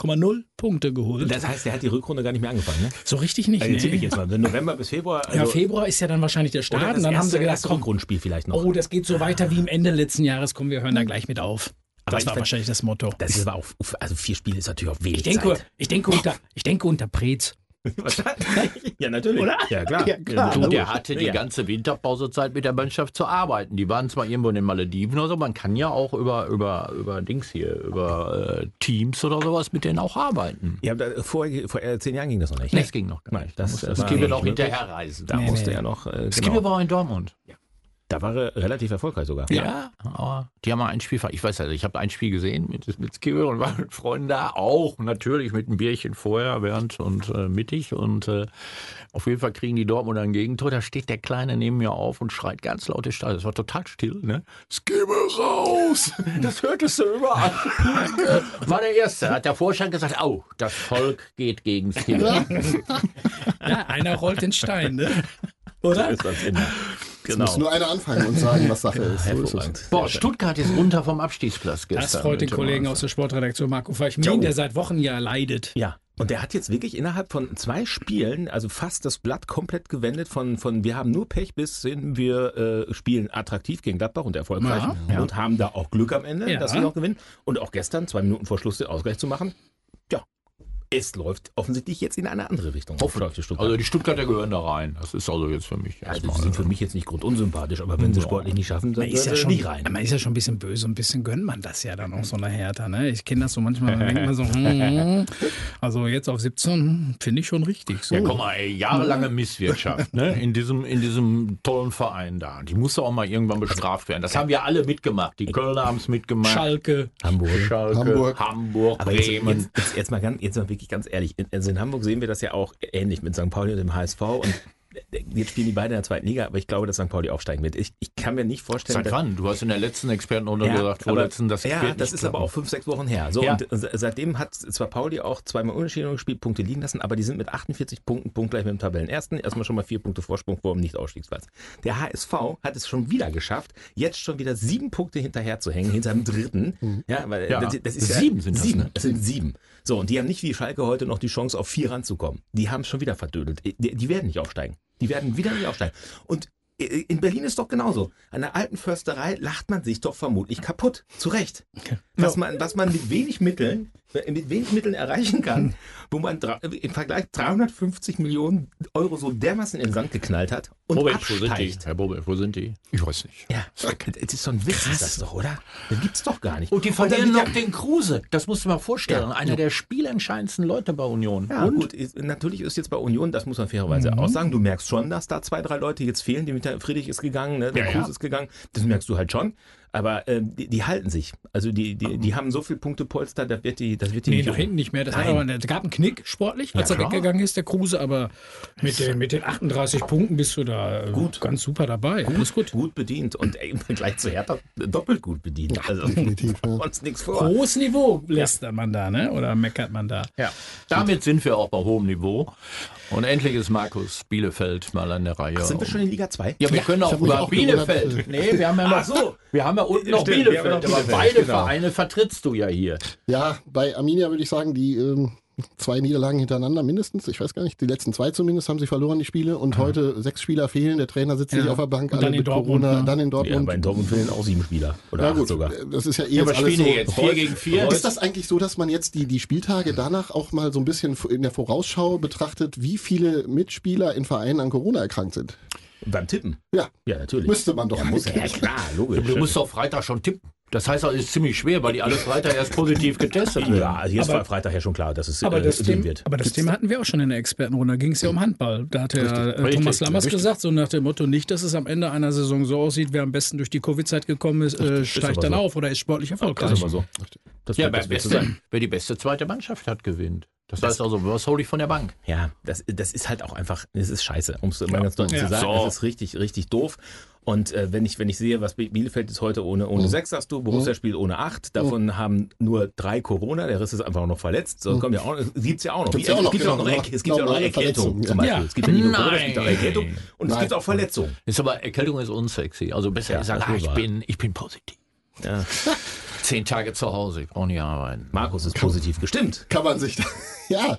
Speaker 6: 0,0 Punkte geholt.
Speaker 5: Das heißt, der hat die Rückrunde gar nicht mehr angefangen, ne?
Speaker 6: so richtig nicht,
Speaker 5: Also, jetzt tippe ich
Speaker 6: nee. [laughs]
Speaker 5: jetzt mal. Wenn November bis Februar.
Speaker 6: Äh, Ja,
Speaker 5: also-
Speaker 6: Februar ist ja dann wahrscheinlich der
Speaker 5: Oder
Speaker 6: Start.
Speaker 5: das
Speaker 6: Und dann haben sie
Speaker 5: erste-
Speaker 6: gedacht,
Speaker 5: erste
Speaker 6: komm,
Speaker 5: Rückrundenspiel vielleicht noch.
Speaker 6: oh, das geht so weiter wie im Ende letzten Jahres. Komm, wir hören da gleich mit auf.
Speaker 5: Aber
Speaker 6: Das
Speaker 5: ich
Speaker 6: war
Speaker 5: fand-
Speaker 6: wahrscheinlich das Motto.
Speaker 5: Das ist aber auch, also vier Spiele ist natürlich auch wenig
Speaker 6: Ich denke, [laughs]
Speaker 5: Zeit.
Speaker 6: ich denke unter, ich denke unter Prez.
Speaker 5: Wahrscheinlich. [laughs] ja, natürlich. Oder? Ja, klar.
Speaker 6: Ja, klar.
Speaker 3: Du,
Speaker 5: logisch.
Speaker 3: der hatte die
Speaker 5: Ja.
Speaker 3: ganze Winterpause Zeit mit der Mannschaft zu arbeiten. Die waren zwar irgendwo in den Malediven oder so, man kann ja auch über, über, über Dings hier, über äh, Teams oder sowas mit denen auch arbeiten.
Speaker 5: Ja, aber da- vor, vor äh, zehn Jahren ging das noch nicht.
Speaker 3: Das ging noch gar
Speaker 5: Nein,
Speaker 3: nicht.
Speaker 5: das, äh,
Speaker 3: das
Speaker 5: war
Speaker 3: Skibe
Speaker 5: nicht
Speaker 3: noch
Speaker 5: möglich.
Speaker 3: hinterherreisen.
Speaker 5: Da
Speaker 3: Da
Speaker 6: Nee,
Speaker 3: muss-
Speaker 5: musste
Speaker 6: nee.
Speaker 5: er noch. Äh,
Speaker 3: Skibe
Speaker 5: genau.
Speaker 3: war auch in Dortmund.
Speaker 5: Da war er relativ erfolgreich sogar.
Speaker 3: Ja, aber die haben mal ein Spiel, ver- ich weiß ja, ich habe ein Spiel gesehen mit, mit Skill und war mit Freunden da, auch natürlich mit einem Bierchen vorher, während und äh, mittig und äh, auf jeden Fall kriegen die Dortmunder ein Gegentor, da steht der Kleine neben mir auf und schreit ganz laut, es war total still, ne? Skibbe raus! Das hörtest du [laughs] überall. war der Erste, hat der Vorstand gesagt, au, das Volk geht gegen Skibbe.
Speaker 6: Ja, einer rollt den Stein,
Speaker 5: [laughs]
Speaker 6: ne? Oder?
Speaker 5: Ist das Ende.
Speaker 4: Muss nur einer anfangen und sagen, was Sache ist. So ist es.
Speaker 5: Hervorragend.
Speaker 3: Boah, Stuttgart ist runter vom Abstiegsplatz gestern.
Speaker 6: Das freut den
Speaker 3: Bitte
Speaker 6: Kollegen
Speaker 3: mal.
Speaker 6: aus der Sportredaktion Marco Feichmin, der seit Wochen ja leidet.
Speaker 5: Ja. Und der hat jetzt wirklich innerhalb von zwei Spielen, also fast das Blatt komplett gewendet von, von wir haben nur Pech bis hin, wir äh, spielen attraktiv gegen Gladbach und erfolgreich
Speaker 6: Ja,
Speaker 5: und haben da auch Glück am Ende,
Speaker 6: Ja.
Speaker 5: dass wir noch gewinnen. Und auch gestern, zwei Minuten vor Schluss den Ausgleich zu machen. Ja, es läuft offensichtlich jetzt in eine andere Richtung. Hoffentlich, Stuttgart.
Speaker 3: Also die Stuttgarter gehören da rein. Das ist also jetzt für mich
Speaker 5: Also
Speaker 3: erstmal. ne?
Speaker 5: sie sind für mich jetzt nicht grundunsympathisch, aber wenn sie sportlich nicht schaffen, dann gehören sie nie rein.
Speaker 6: Man ist ja schon ein bisschen böse, ein bisschen gönnt man das ja dann auch so einer Hertha. Ne? Ich kenne das so manchmal, dann denkt man so, hm, also jetzt auf 17 hm, finde ich schon richtig. So.
Speaker 3: Ja, guck mal, ey, jahrelange Misswirtschaft ne? in, diesem, in diesem tollen Verein da. Die musste auch mal irgendwann bestraft werden. Das haben wir alle mitgemacht. Die Kölner haben es mitgemacht.
Speaker 6: Schalke.
Speaker 5: Hamburg.
Speaker 3: Schalke, Hamburg,
Speaker 4: Hamburg.
Speaker 5: Aber jetzt,
Speaker 3: Bremen.
Speaker 5: jetzt, jetzt, jetzt, mal ganz, jetzt mal wirklich ganz ehrlich, in- also in Hamburg sehen wir das ja auch ähnlich mit St. Pauli und dem HSV und [laughs] jetzt spielen die beide in der zweiten Liga, aber ich glaube, dass St. Pauli aufsteigen wird. Ich, ich kann mir nicht vorstellen,
Speaker 3: Seit
Speaker 5: dass-
Speaker 3: wann? Du hast in der letzten Expertenrunde
Speaker 5: Ja,
Speaker 3: gesagt, vorletzten, das
Speaker 5: ja,
Speaker 3: wird nicht
Speaker 5: das ist
Speaker 3: klappen.
Speaker 5: aber auch fünf, sechs Wochen her. So,
Speaker 3: Ja.
Speaker 5: und se- seitdem hat zwar Pauli auch zweimal unentschieden gespielt, Punkte liegen lassen, aber die sind mit 48 Punkten punktgleich mit dem Tabellenersten. Erstmal schon mal vier Punkte Vorsprung vor dem Nichtausstiegsplatz. Der HSV hat es schon wieder geschafft, jetzt schon wieder sieben Punkte hinterher zu hängen, hinter dem dritten. Ja, weil
Speaker 3: Mhm. Ja.
Speaker 5: Das, das ist
Speaker 3: Sieben
Speaker 5: ja,
Speaker 3: sind das,
Speaker 5: sieben.
Speaker 3: ne?
Speaker 5: Es sind sieben. So, und die haben nicht wie Schalke heute noch die Chance, auf vier ranzukommen. Die haben es schon wieder verdödelt. Äh, Die, die werden nicht aufsteigen. Die werden wieder nicht aufsteigen. Und äh, in Berlin ist doch genauso. An der alten Försterei lacht man sich doch vermutlich kaputt.
Speaker 3: [laughs]
Speaker 5: Zu Recht. Was man, was man mit wenig Mitteln, äh, mit wenig Mitteln erreichen
Speaker 3: [laughs]
Speaker 5: kann, wo man dra- äh, im Vergleich 350 Millionen Euro so dermaßen in den Sand geknallt hat und
Speaker 3: Moment, wo sind die?
Speaker 5: absteigt.
Speaker 3: Herr Bobel, wo sind die? Ich weiß nicht.
Speaker 5: Ja, das ist so ein Witz, ist das doch, oder? Das gibt's doch gar nicht.
Speaker 3: Und die
Speaker 5: dann
Speaker 3: verlieren
Speaker 5: wieder-
Speaker 3: noch den Kruse. Das musst du mal vorstellen. Einer der spielentscheidendsten Leute bei Union.
Speaker 5: Ja, und? gut, ist- natürlich ist jetzt bei Union, das muss man fairerweise auch sagen, du merkst schon, dass da zwei, drei Leute jetzt fehlen. Die mit der Friedrich ist gegangen, ne? der
Speaker 3: Ja,
Speaker 5: Kruse
Speaker 3: ja.
Speaker 5: ist gegangen. Das merkst du halt schon. Aber ähm, die, die halten sich. Also die, die, die haben so viel Punktepolster, da wird die, das wird die
Speaker 6: Nee,
Speaker 5: nicht
Speaker 6: nach
Speaker 5: um.
Speaker 6: hinten nicht mehr. Das hat
Speaker 5: Nein.
Speaker 6: aber, es gab einen Knick sportlich, als
Speaker 3: Ja,
Speaker 6: er
Speaker 3: klar.
Speaker 6: weggegangen ist, der Kruse, aber mit den, mit den 38 Punkten bist du da äh,
Speaker 5: Gut.
Speaker 6: ganz super dabei. Alles gut.
Speaker 5: gut bedient und ey, im Vergleich zu Hertha doppelt gut bedient. also
Speaker 4: definitiv, ja.
Speaker 5: [laughs] uns nichts vor.
Speaker 6: Hohes Niveau lästert man da, ne? Oder meckert man da?
Speaker 3: Ja, damit sind wir auch bei hohem Niveau. Und endlich ist Markus Bielefeld mal an der Reihe.
Speaker 5: Sind wir schon in Liga 2?
Speaker 3: ja, wir können auch über
Speaker 4: auch
Speaker 3: Bielefeld.
Speaker 4: gewundert.
Speaker 3: Nee, wir haben ja,
Speaker 5: Ach
Speaker 3: mal,
Speaker 5: so.
Speaker 3: wir haben ja unten noch
Speaker 5: Stimmt, wir haben
Speaker 3: Bielefeld,
Speaker 5: noch
Speaker 3: aber
Speaker 5: Bielefeld,
Speaker 3: beide
Speaker 5: genau.
Speaker 3: Vereine vertrittst du ja hier.
Speaker 4: Ja, bei Arminia würde ich sagen, die ähm, zwei Niederlagen hintereinander mindestens. Ich weiß gar nicht, die letzten zwei zumindest haben sie verloren, die Spiele. Und heute sechs Spieler fehlen, der Trainer sitzt nicht auf der Bank,
Speaker 6: Und
Speaker 4: alle
Speaker 6: dann in
Speaker 4: mit
Speaker 6: Dortmund,
Speaker 4: Corona,
Speaker 6: ne?
Speaker 4: dann in
Speaker 5: Ja,
Speaker 4: Dortmund.
Speaker 5: bei Dortmund fehlen auch sieben Spieler. Oder
Speaker 4: Ja,
Speaker 5: acht
Speaker 4: gut,
Speaker 5: sogar.
Speaker 4: das ist ja eh
Speaker 3: aber
Speaker 4: jetzt alles
Speaker 3: spielen
Speaker 4: so.
Speaker 3: hier jetzt vier gegen vier.
Speaker 4: Ist das eigentlich so, dass man jetzt die, die Spieltage danach auch mal so ein bisschen in der Vorausschau betrachtet, wie viele Mitspieler in Vereinen an Corona erkrankt sind?
Speaker 5: Beim Tippen?
Speaker 4: Ja,
Speaker 5: Ja, natürlich.
Speaker 4: müsste man doch.
Speaker 5: ja, muss, ja klar, logisch.
Speaker 3: Du musst doch Freitag schon tippen. Das heißt, das ist ziemlich schwer, weil die alle Freitag erst positiv getestet werden.
Speaker 5: ja, also jetzt
Speaker 6: Aber-
Speaker 5: war Freitag ja schon klar, dass es
Speaker 6: Aber
Speaker 5: äh,
Speaker 6: das,
Speaker 5: dünn
Speaker 6: Thema,
Speaker 5: wird.
Speaker 6: aber das Thema hatten wir auch schon in der Expertenrunde. Da ging es ja um Handball. Da hat der äh,
Speaker 3: Richtig,
Speaker 6: Thomas Lammers
Speaker 3: richtig.
Speaker 6: gesagt, so nach dem Motto, nicht, dass es am Ende einer Saison so aussieht, wer am besten durch die Covid-Zeit gekommen ist, äh, steigt
Speaker 5: aber
Speaker 6: dann
Speaker 5: so.
Speaker 6: auf oder ist sportlich
Speaker 5: Das ist
Speaker 6: erfolgreich.
Speaker 5: aber so. Das
Speaker 3: Ja,
Speaker 5: wird-
Speaker 3: wer,
Speaker 5: das wird so
Speaker 3: beste, wer die beste zweite Mannschaft hat, gewinnt. Das heißt also, was hole ich von der Bank?
Speaker 5: Ja, das, das ist halt auch einfach, es ist scheiße, um es mal ganz deutlich zu
Speaker 3: Ja.
Speaker 5: sagen.
Speaker 3: So.
Speaker 5: Das ist richtig, richtig doof. Und äh, wenn, ich, wenn ich sehe, was Bi- Bielefeld ist heute ohne,
Speaker 4: Mhm.
Speaker 5: ohne sechs, sagst du, Borussia spielt ohne acht, davon haben nur drei Corona, der Rest ist einfach auch noch verletzt. So, kommt ja auch, es gibt's ja auch noch.
Speaker 4: Mhm. Gibt's
Speaker 5: Wie-
Speaker 4: ja auch noch,
Speaker 5: es gibt ja auch noch,
Speaker 4: genau,
Speaker 5: Erk- es gibt ja auch
Speaker 4: genau,
Speaker 5: noch Erkältung
Speaker 4: Verletzungen,
Speaker 5: zum
Speaker 4: ja.
Speaker 5: Beispiel.
Speaker 6: Ja.
Speaker 5: Es gibt ja nicht nur Corona, es gibt auch
Speaker 3: Nein.
Speaker 5: Erkältung und es
Speaker 4: Nein.
Speaker 5: gibt auch Verletzungen.
Speaker 3: Ist aber Erkältung ist unsexy. Also besser
Speaker 5: Ja,
Speaker 3: ist sagen,
Speaker 5: das
Speaker 3: ah,
Speaker 5: ist
Speaker 3: ich
Speaker 5: wahr.
Speaker 3: bin, ich bin positiv.
Speaker 5: Ja.
Speaker 3: [laughs] Zehn Tage zu Hause, ich brauche nicht arbeiten.
Speaker 5: Markus ist positiv gestimmt.
Speaker 4: Kann man sich [laughs] da, ja,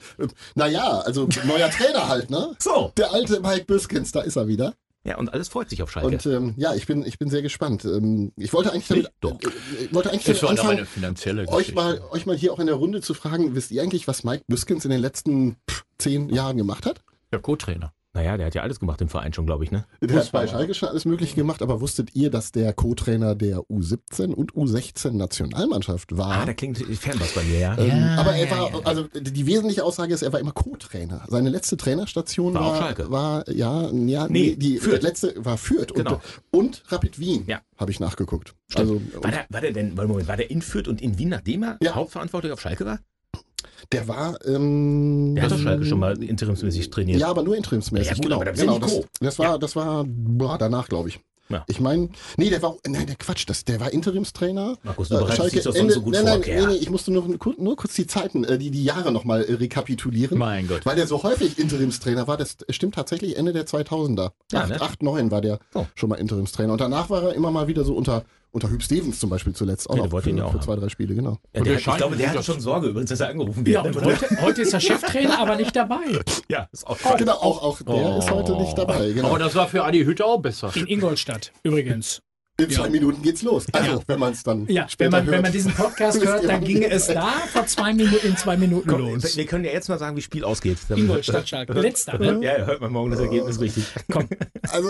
Speaker 4: naja, also neuer Trainer halt, ne?
Speaker 5: So.
Speaker 4: Der alte Mike Biskins, da ist er wieder.
Speaker 5: Ja, und alles freut sich auf Schalke.
Speaker 4: Und ähm, ja, ich bin, ich bin sehr gespannt. Ähm, ich wollte eigentlich damit,
Speaker 3: Doch.
Speaker 4: äh, ich wollte eigentlich
Speaker 3: Das
Speaker 4: damit
Speaker 3: war eine
Speaker 4: anfangen,
Speaker 3: reine finanzielle
Speaker 4: euch mal, euch mal hier auch in der Runde zu fragen, wisst ihr eigentlich, was Mike Biskins in den letzten pff, zehn Jahren gemacht hat?
Speaker 3: Der Co-Trainer.
Speaker 5: naja, der hat ja alles gemacht im Verein schon, glaube ich, ne?
Speaker 4: Der hat bei Schalke schon alles Mögliche gemacht, aber wusstet ihr, dass der Co-Trainer der U17 und U16 Nationalmannschaft war?
Speaker 5: Ah, da klingt fern was bei mir, ja.
Speaker 4: Ähm, aber er war, also die wesentliche Aussage ist, er war immer Co-Trainer. Seine letzte Trainerstation
Speaker 5: War auch
Speaker 4: war,
Speaker 5: Schalke.
Speaker 4: war ja, ja
Speaker 5: Nee,
Speaker 4: nee, die
Speaker 5: Fürth.
Speaker 4: letzte war Fürth
Speaker 5: Genau.
Speaker 4: und, und Rapid Wien,
Speaker 5: Ja.
Speaker 4: habe ich nachgeguckt. Also
Speaker 5: War der, war der denn, Moment, war der in Fürth und in Wien, nachdem er
Speaker 4: Ja.
Speaker 5: hauptverantwortlich auf Schalke war?
Speaker 4: der war, ähm,
Speaker 5: Der hat doch Schalke schon mal interimsmäßig trainiert.
Speaker 4: ja, aber nur interimsmäßig.
Speaker 5: Ja, gut,
Speaker 4: genau,
Speaker 5: aber da bist du
Speaker 4: genau,
Speaker 5: nicht
Speaker 4: das,
Speaker 5: Co.
Speaker 4: das war, das war boah, danach, glaube ich.
Speaker 5: Ja.
Speaker 4: Ich meine, nee, der war, nein, der Quatsch, das, der war Interimstrainer.
Speaker 5: Markus, du bereitest dich doch sonst so gut
Speaker 4: nein,
Speaker 5: vor,
Speaker 4: nein,
Speaker 5: Kerl.
Speaker 4: nee, nee, ich musste nur, nur kurz die Zeiten, äh, die, die Jahre nochmal rekapitulieren.
Speaker 3: Mein Gott.
Speaker 4: Weil der so häufig Interimstrainer war, das stimmt tatsächlich Ende der 2000er.
Speaker 5: Ja,
Speaker 4: 8,
Speaker 5: ne?
Speaker 4: 8, 9 war der
Speaker 5: Oh.
Speaker 4: schon mal Interimstrainer. Und danach war er immer mal wieder so unter, unter Hüb Stevens zum Beispiel zuletzt. Auch
Speaker 5: Ja, der
Speaker 4: noch
Speaker 5: wollte
Speaker 4: für,
Speaker 5: ihn ja auch
Speaker 4: für zwei, drei Spiele, genau.
Speaker 5: Ja,
Speaker 3: der
Speaker 5: der hat, ich
Speaker 3: Schalke-
Speaker 5: glaube, der hat schon Sorge übrigens, dass er angerufen
Speaker 6: Ja,
Speaker 5: wird.
Speaker 6: und
Speaker 5: ne?
Speaker 6: heute, heute ist der Cheftrainer aber nicht dabei.
Speaker 5: ja ist auch
Speaker 4: Auch,
Speaker 5: Schalke.
Speaker 4: genau, auch, auch der ist heute
Speaker 5: Oh.
Speaker 4: nicht dabei. Genau.
Speaker 3: Aber das war für Adi Hütter auch besser.
Speaker 6: In Ingolstadt übrigens.
Speaker 4: In zwei Minuten geht's los. Also, wenn man es dann
Speaker 6: Ja, wenn
Speaker 4: später
Speaker 6: man,
Speaker 4: hört.
Speaker 6: wenn man diesen Podcast
Speaker 4: Wisst ihr,
Speaker 6: hört,
Speaker 4: [laughs]
Speaker 6: dann
Speaker 4: wann
Speaker 6: ginge
Speaker 4: die
Speaker 6: es
Speaker 4: Zeit-
Speaker 6: da vor zwei Minuten, in zwei Minuten
Speaker 5: Komm,
Speaker 6: los.
Speaker 5: wir können ja jetzt mal sagen, wie das Spiel ausgeht. Dann-
Speaker 6: [laughs] Ingolstadt, Schalke. Letzter, Oh. ne?
Speaker 5: Ja, hört man morgen das
Speaker 4: [laughs]
Speaker 5: Ergebnis richtig.
Speaker 6: Komm,
Speaker 4: Also,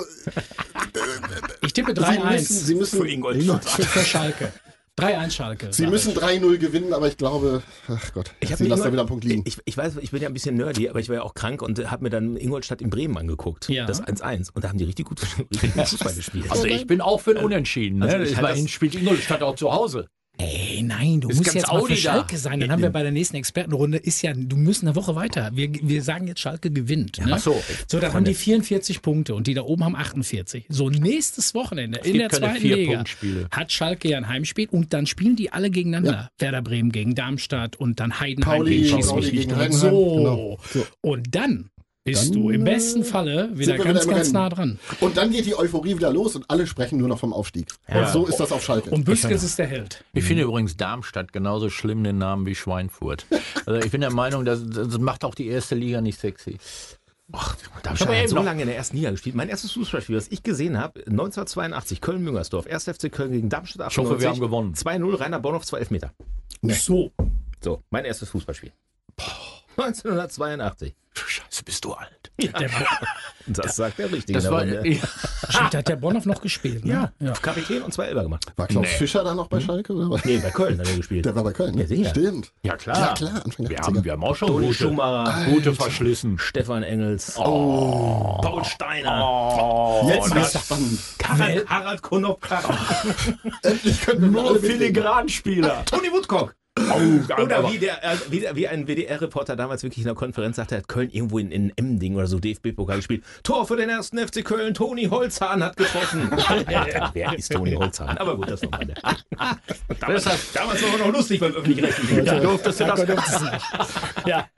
Speaker 6: ich tippe
Speaker 4: Sie müssen,
Speaker 6: 3-1
Speaker 4: Sie müssen,
Speaker 6: für, für Schalke. 3-1 Schalke.
Speaker 4: Sie müssen 3-0 gewinnen, aber ich glaube, ach Gott,
Speaker 5: Ich hab
Speaker 4: Sie
Speaker 5: mir
Speaker 4: lassen
Speaker 5: Ingol-
Speaker 4: da wieder einen Punkt liegen.
Speaker 5: Ich, ich weiß, ich bin ja ein bisschen nerdy, aber ich war ja auch krank und habe mir dann Ingolstadt in Bremen angeguckt.
Speaker 6: Ja.
Speaker 5: Das 1-1. Und da haben die richtig gut, [laughs] richtig gut Fußball gespielt.
Speaker 3: Also ich bin auch für ein Unentschieden. Ne?
Speaker 5: also ich
Speaker 3: ich
Speaker 5: halte
Speaker 3: meine,
Speaker 5: das-
Speaker 3: spielt Ingolstadt auch zu Hause.
Speaker 6: Ey, nein, du
Speaker 3: Ist
Speaker 6: musst
Speaker 3: ganz
Speaker 6: jetzt mal
Speaker 3: Audi
Speaker 6: für
Speaker 3: da.
Speaker 6: Schalke sein. Dann haben wir bei der nächsten Expertenrunde, ist ja, du musst eine Woche weiter. Wir, wir sagen jetzt, Schalke gewinnt. Ne?
Speaker 3: ach so.
Speaker 6: So, dann haben die 44 Punkte und die da oben haben 48. So, nächstes Wochenende in der
Speaker 3: gibt keine
Speaker 6: zweiten Liga
Speaker 3: Vier-Punkt-Spiele.
Speaker 6: hat Schalke ja ein Heimspiel und dann spielen die alle gegeneinander. Werder Bremen gegen Darmstadt und dann Heidenheim
Speaker 4: Pauli
Speaker 6: gegen
Speaker 4: gegen
Speaker 6: Schieß
Speaker 4: Pauli
Speaker 6: mich nicht
Speaker 4: gegen
Speaker 6: tot.
Speaker 4: Heidenheim,
Speaker 6: So.
Speaker 4: genau. So.
Speaker 6: Und dann bist
Speaker 4: Dann,
Speaker 6: du im
Speaker 4: äh,
Speaker 6: besten Falle wieder
Speaker 4: sind wir
Speaker 6: ganz,
Speaker 4: wieder im
Speaker 6: ganz
Speaker 4: Rennen.
Speaker 6: nah dran.
Speaker 4: Und dann geht die Euphorie wieder los und alle sprechen nur noch vom Aufstieg. Und so ist das auf Schalke.
Speaker 6: Und Büskens ist der Held.
Speaker 3: Ich finde übrigens Darmstadt genauso schlimm den Namen wie Schweinfurt. Also ich bin der Meinung, das, das macht auch die erste Liga nicht sexy.
Speaker 5: Ach, da
Speaker 3: Aber
Speaker 5: habe ich
Speaker 3: eben
Speaker 5: so
Speaker 3: noch-
Speaker 5: lange in der ersten Liga gespielt. Mein erstes Fußballspiel, was ich gesehen habe, 1982, Köln-Müngersdorf, 1. FC Köln gegen Darmstadt 98.
Speaker 3: Ich hoffe, wir haben gewonnen.
Speaker 5: 2-0, Rainer Bonhoff, 2 Elfmeter.
Speaker 6: So.
Speaker 5: So, mein erstes Fußballspiel. 1982.
Speaker 3: Scheiße, bist du alt.
Speaker 6: Der,
Speaker 5: Und das sagt der Richtige.
Speaker 3: Das war,
Speaker 5: der
Speaker 3: ja, äh,
Speaker 6: Stimmt, hat der Bonhoff noch gespielt. Ne?
Speaker 5: ja, Kapitän und zwei Elber gemacht.
Speaker 4: War Klaus Fischer dann noch bei Schalke? Oder was?
Speaker 5: Nee, bei Köln hat er gespielt.
Speaker 4: Der war bei Köln. ne?
Speaker 5: Ja, sicher.
Speaker 4: Stimmt.
Speaker 3: ja klar.
Speaker 4: Ja, klar, Anfang der
Speaker 3: wir,
Speaker 4: 80er.
Speaker 3: haben, wir haben auch schon
Speaker 5: Toni
Speaker 3: gute,
Speaker 5: Schumacher,
Speaker 3: gute Verschlissen.
Speaker 5: Stefan Engels, Paul Steiner,
Speaker 3: Oh,
Speaker 4: Oh, Jetzt
Speaker 3: das-
Speaker 4: wird's spannend.
Speaker 5: Harald, Harald Konopka,
Speaker 4: Endlich können wir
Speaker 3: Nur
Speaker 4: alle mitleben.
Speaker 3: Filigranspieler.
Speaker 5: Tony Woodcock.
Speaker 3: Oder
Speaker 5: Oder wie, der, äh, wie, der, wie ein WDR-Reporter damals wirklich in der Konferenz sagte, er hat Köln irgendwo in, in Emding oder so DFB-Pokal gespielt. Tor für den ersten FC Köln, Toni Holzhahn hat [laughs] getroffen. Alter, wer ist Toni Holzhahn? Aber gut, das war mal der. [laughs] Damals, damals war auch noch lustig beim öffentlich-rechtlichen. [laughs] Da durftest du das.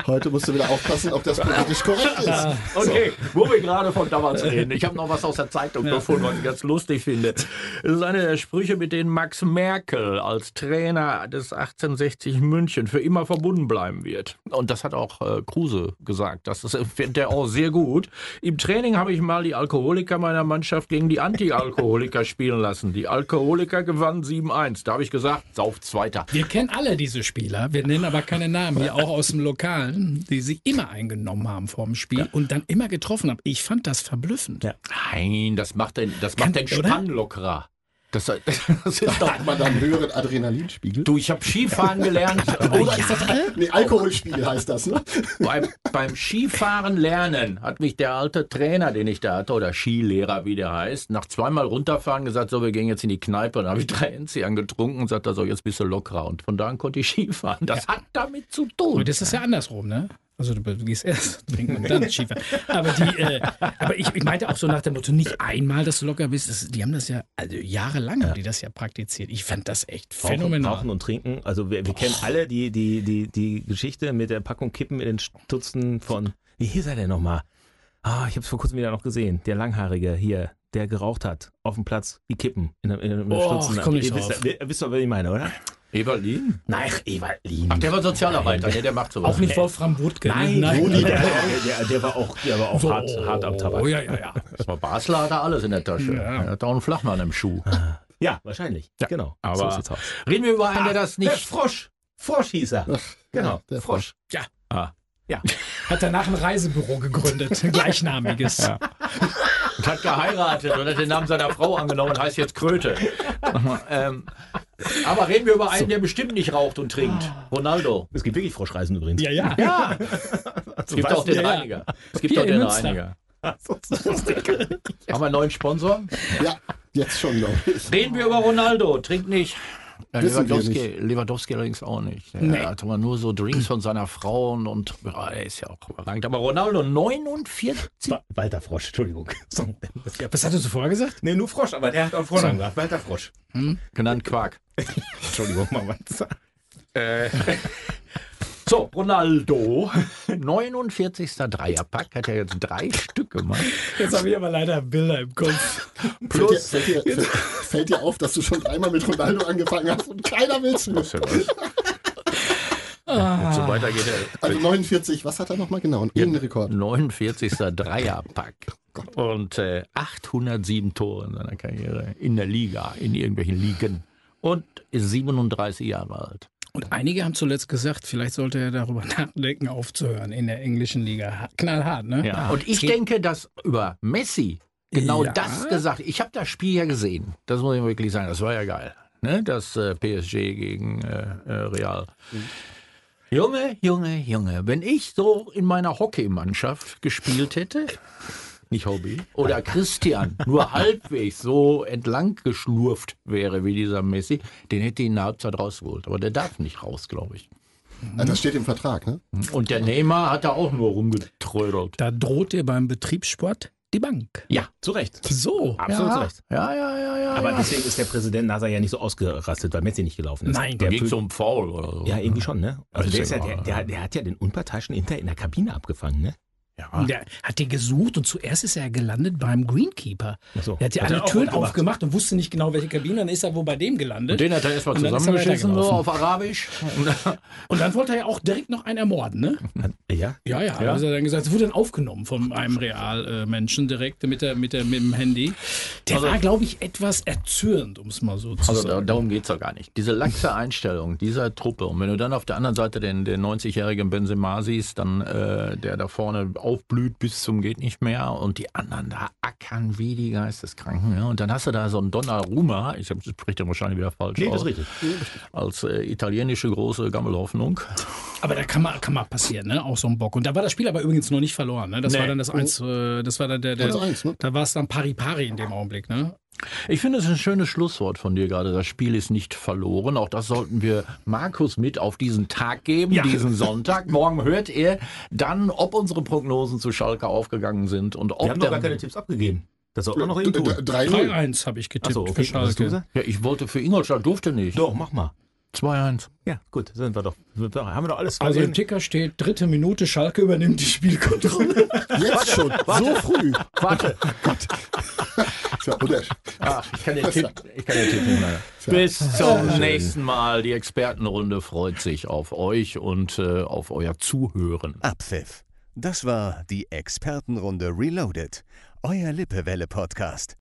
Speaker 4: Heute musst du wieder aufpassen, ob das politisch korrekt ist.
Speaker 3: Okay, wo wir gerade von
Speaker 6: [laughs]
Speaker 3: damals reden. Ich habe noch was aus der Zeitung gefunden, was ich ganz lustig finde. Das ist einer der Sprüche, mit denen Max Merkel als Trainer des 1860 München für immer verbunden bleiben wird. Und das hat auch äh, Kruse gesagt. Das ist- findet er auch sehr gut. Im Training habe ich mal die Alkoholiker meiner Mannschaft gegen die Anti-Alkoholiker [laughs] spielen lassen. Die Alkoholiker gewannen 7-1. Da habe ich gesagt, sauft Zweiter.
Speaker 6: Wir kennen alle diese Spieler, wir nennen aber keine Namen, hier auch aus dem Lokalen, die sich immer eingenommen haben vor dem Spiel und dann immer getroffen haben. Ich fand das verblüffend.
Speaker 5: Ja.
Speaker 3: Nein, das macht den, das
Speaker 6: Kann-
Speaker 3: macht den
Speaker 6: oder?
Speaker 3: Spann lockerer. Das, [laughs] das ist doch.
Speaker 4: Hat man dann einen höheren Adrenalinspiegel?
Speaker 3: Du, ich habe Skifahren gelernt.
Speaker 4: Oder ist das Nee, Alkoholspiegel heißt das, ne?
Speaker 3: beim, beim Skifahren lernen hat mich der alte Trainer, den ich da hatte, oder Skilehrer, wie der heißt, nach zweimal runterfahren gesagt, so, wir gehen jetzt in die Kneipe. Und dann habe ich drei Enzian getrunken und sagt er so, jetzt bist du lockerer. Und von da an konnte ich Skifahren. Das hat damit zu
Speaker 6: Aber
Speaker 3: tun.
Speaker 6: das ist ja andersrum, ne? Also du gehst erst trinken und dann Schiefer. Aber, die, äh, aber ich, ich meinte auch so nach dem Motto, nicht einmal, dass du locker bist. Das, die haben das ja, also jahrelang haben die das ja praktiziert. Ich fand das echt
Speaker 5: Rauchen-
Speaker 6: phänomenal. Oh.
Speaker 5: Rauchen und Trinken. Also wir, wir kennen alle die, die, die, die Geschichte mit der Packung Kippen in den Stutzen von. Wie hieß er denn nochmal? Ah, ich habe es vor kurzem wieder noch gesehen. Der Langhaarige hier, der geraucht hat auf dem Platz, die Kippen in, der- in, der- in den
Speaker 6: Oh,
Speaker 5: Stutzen.
Speaker 6: ich komm nicht
Speaker 5: ihr wisst,
Speaker 6: drauf.
Speaker 5: ihr wisst doch, was ich meine, oder?
Speaker 3: Eberlin?
Speaker 5: Nein, Evalin.
Speaker 3: Ach, der war Sozialarbeiter, ne? der macht sowas.
Speaker 6: Auch nicht Wolfram Wutke. ne?
Speaker 5: Nein,
Speaker 6: Nein.
Speaker 5: Rudi, der, der, der war auch, der war auch
Speaker 6: So.
Speaker 5: hart, hart am Tabak.
Speaker 6: Oh, ja, ja, ja.
Speaker 3: Das war Basler, hat er alles in der Tasche.
Speaker 6: Ja.
Speaker 3: Er hat auch einen Flachmann im Schuh.
Speaker 5: Ja, wahrscheinlich. genau.
Speaker 3: aber-
Speaker 5: so sieht's aus.
Speaker 3: Reden wir über einen, der das
Speaker 5: Der
Speaker 3: nicht.
Speaker 5: Frosch. Frosch hieß er. Genau,
Speaker 4: der
Speaker 5: Frosch.
Speaker 6: Hat danach ein Reisebüro
Speaker 5: [laughs]
Speaker 6: gegründet, ein gleichnamiges.
Speaker 3: und hat geheiratet und hat den Namen seiner Frau angenommen und heißt jetzt Kröte. ähm, aber reden wir über einen, der bestimmt nicht raucht und trinkt. Ronaldo.
Speaker 5: Es gibt wirklich Froschreisen übrigens.
Speaker 6: Ja, ja.
Speaker 3: Es gibt auch den
Speaker 6: ja, ja.
Speaker 3: Reiniger. Es gibt
Speaker 6: Hier
Speaker 3: auch
Speaker 6: in
Speaker 3: den
Speaker 6: Münster.
Speaker 3: Reiniger.
Speaker 6: [laughs]
Speaker 3: Haben wir einen neuen Sponsor?
Speaker 4: Ja, jetzt schon, glaube ich.
Speaker 3: Reden wir über Ronaldo. Trinkt nicht. Ja,
Speaker 4: Wissen wir
Speaker 3: Lewandowski, Lewandowski allerdings auch nicht. Er hat immer nur so Drinks von seiner Frau und, und ja, er ist ja auch überragend. Aber Ronaldo 49.
Speaker 5: Wa- Walter Frosch, Entschuldigung. [laughs] So.
Speaker 6: Was hattest du vorher gesagt?
Speaker 5: Nee, nur Frosch, aber der hat auch Frosch angebracht. Walter Frosch.
Speaker 3: Genannt Quark.
Speaker 5: Entschuldigung, Mama.
Speaker 3: So, [laughs] Ronaldo. 49. Dreierpack. Hat er jetzt drei Stück gemacht.
Speaker 6: Jetzt habe ich aber leider Bilder im Kopf.
Speaker 4: Fällt dir,
Speaker 3: Plus.
Speaker 4: fällt, dir, fällt dir auf, dass du schon einmal mit Ronaldo angefangen hast und keiner will's mehr.
Speaker 3: So weiter geht er.
Speaker 4: Also 49, was hat er nochmal genau? Irgendein Rekord.
Speaker 3: 49. Dreierpack. Und äh, 807 Tore in seiner Karriere in der Liga, in irgendwelchen Ligen. Und ist 37 Jahre alt.
Speaker 6: Und einige haben zuletzt gesagt, vielleicht sollte er darüber [laughs] nachdenken, aufzuhören in der englischen Liga. Ha- Knallhart, ne?
Speaker 3: Ja. Und ich denke, dass über Messi genau
Speaker 6: Ja.
Speaker 3: das gesagt Ich habe das Spiel ja gesehen. Das muss ich wirklich sagen. Das war ja geil. Ne? Das äh, PSG gegen äh, äh, Real. Junge, Junge, Junge, wenn ich so in meiner Hockeymannschaft gespielt hätte, nicht Hobby, oder Christian nur halbwegs so entlang geschlurft wäre wie dieser Messi, den hätte ich in der Halbzeit rausgeholt. Aber der darf nicht raus, glaube ich.
Speaker 4: Also das steht im Vertrag, ne?
Speaker 3: Und der Neymar hat da auch nur rumgetrödelt.
Speaker 6: Da droht dir beim Betriebssport die Bank.
Speaker 3: Ja,
Speaker 5: Zu Recht.
Speaker 6: So.
Speaker 5: Absolut zu Recht.
Speaker 3: ja, ja, ja, ja.
Speaker 5: Aber
Speaker 3: ja.
Speaker 5: deswegen ist der Präsident NASA ja nicht so ausgerastet, weil Messi nicht gelaufen ist.
Speaker 6: Nein.
Speaker 5: der
Speaker 3: Ging
Speaker 5: fühlt-
Speaker 3: zum um Foul oder so.
Speaker 5: Ja, irgendwie schon, ne? Also
Speaker 3: Ist
Speaker 5: der, ist ja,
Speaker 3: egal.
Speaker 5: der, der, der hat ja den unparteiischen Inter in der Kabine abgefangen, ne?
Speaker 3: Ja.
Speaker 6: Der hat die gesucht und zuerst ist er gelandet beim Greenkeeper.
Speaker 5: Ach so.
Speaker 6: Der hat ja
Speaker 5: Hat er
Speaker 6: alle
Speaker 5: auch
Speaker 6: Türen
Speaker 5: gemacht.
Speaker 6: aufgemacht und wusste nicht genau, welche Kabine. Dann ist er wo bei dem gelandet.
Speaker 3: Und den hat er erstmal
Speaker 6: Und dann ist er
Speaker 3: zusammengeschissen, so
Speaker 6: weitergelaufen.
Speaker 3: auf [laughs] Arabisch.
Speaker 6: Und dann wollte er ja auch direkt noch einen ermorden, ne?
Speaker 5: Hat, ja?
Speaker 6: Ja, ja.
Speaker 3: Ja.
Speaker 6: Also dann gesagt, es wurde dann aufgenommen von einem Realmenschen direkt mit, der, mit, der, mit dem Handy. Der war, glaube ich, etwas erzürnt, um es mal so zu
Speaker 3: Also
Speaker 6: sagen.
Speaker 3: da, darum geht es doch gar nicht. Diese laxe Einstellung dieser Truppe. Und wenn du dann auf der anderen Seite den, den 90-jährigen Benzema siehst, dann äh, der da vorne aufblüht bis zum geht nicht mehr und die anderen da ackern wie die Geisteskranken. Ja? Und dann hast du da so einen Donnarumma, ich hab- spricht den wahrscheinlich wieder falsch
Speaker 5: Nee, das
Speaker 3: aus,
Speaker 5: ist richtig.
Speaker 3: als äh, italienische große Gammelhoffnung.
Speaker 6: Aber da kann mal, kann mal passieren, ne? Auch so ein Bock. Und da war das Spiel aber übrigens noch nicht verloren, ne? Das
Speaker 3: Nee.
Speaker 6: war dann das eins, äh, das war dann der, der
Speaker 4: 1-1, ne?
Speaker 6: da war es dann pari pari in dem Augenblick, ne?
Speaker 3: Ich finde, es ist ein schönes Schlusswort von dir gerade. Das Spiel ist nicht verloren. Auch das sollten wir Markus mit auf diesen Tag geben,
Speaker 6: Ja.
Speaker 3: diesen Sonntag. Morgen hört er dann, ob unsere Prognosen zu Schalke aufgegangen sind und ob
Speaker 5: Wir haben noch
Speaker 3: der.
Speaker 5: gar keine Tipps abgegeben. Das soll auch noch eben tun.
Speaker 4: 3-0.
Speaker 6: 3-1 habe ich getippt
Speaker 5: Achso,
Speaker 6: für
Speaker 5: okay. Was hast du
Speaker 6: Schalke.
Speaker 5: gesagt?
Speaker 3: ja, ich wollte für Ingolstadt, durfte nicht.
Speaker 5: Doch, mach mal.
Speaker 3: 2-1.
Speaker 5: Ja, gut, sind wir doch. Sind wir, haben wir doch alles
Speaker 6: Also im
Speaker 5: gesehen.
Speaker 6: Ticker steht, dritte Minute, Schalke übernimmt die Spielkontrolle.
Speaker 4: Jetzt schon, so früh. Oh
Speaker 3: Warte.
Speaker 4: [laughs] Ist ja unter-
Speaker 3: Ah, ich kann den Tipp, [laughs] ich kann den Tipp nicht mehr. Bis zum nächsten Mal. Die Expertenrunde freut sich auf euch und äh, auf euer Zuhören.
Speaker 2: Abpfiff. Das war die Expertenrunde Reloaded, euer Lippewelle-Podcast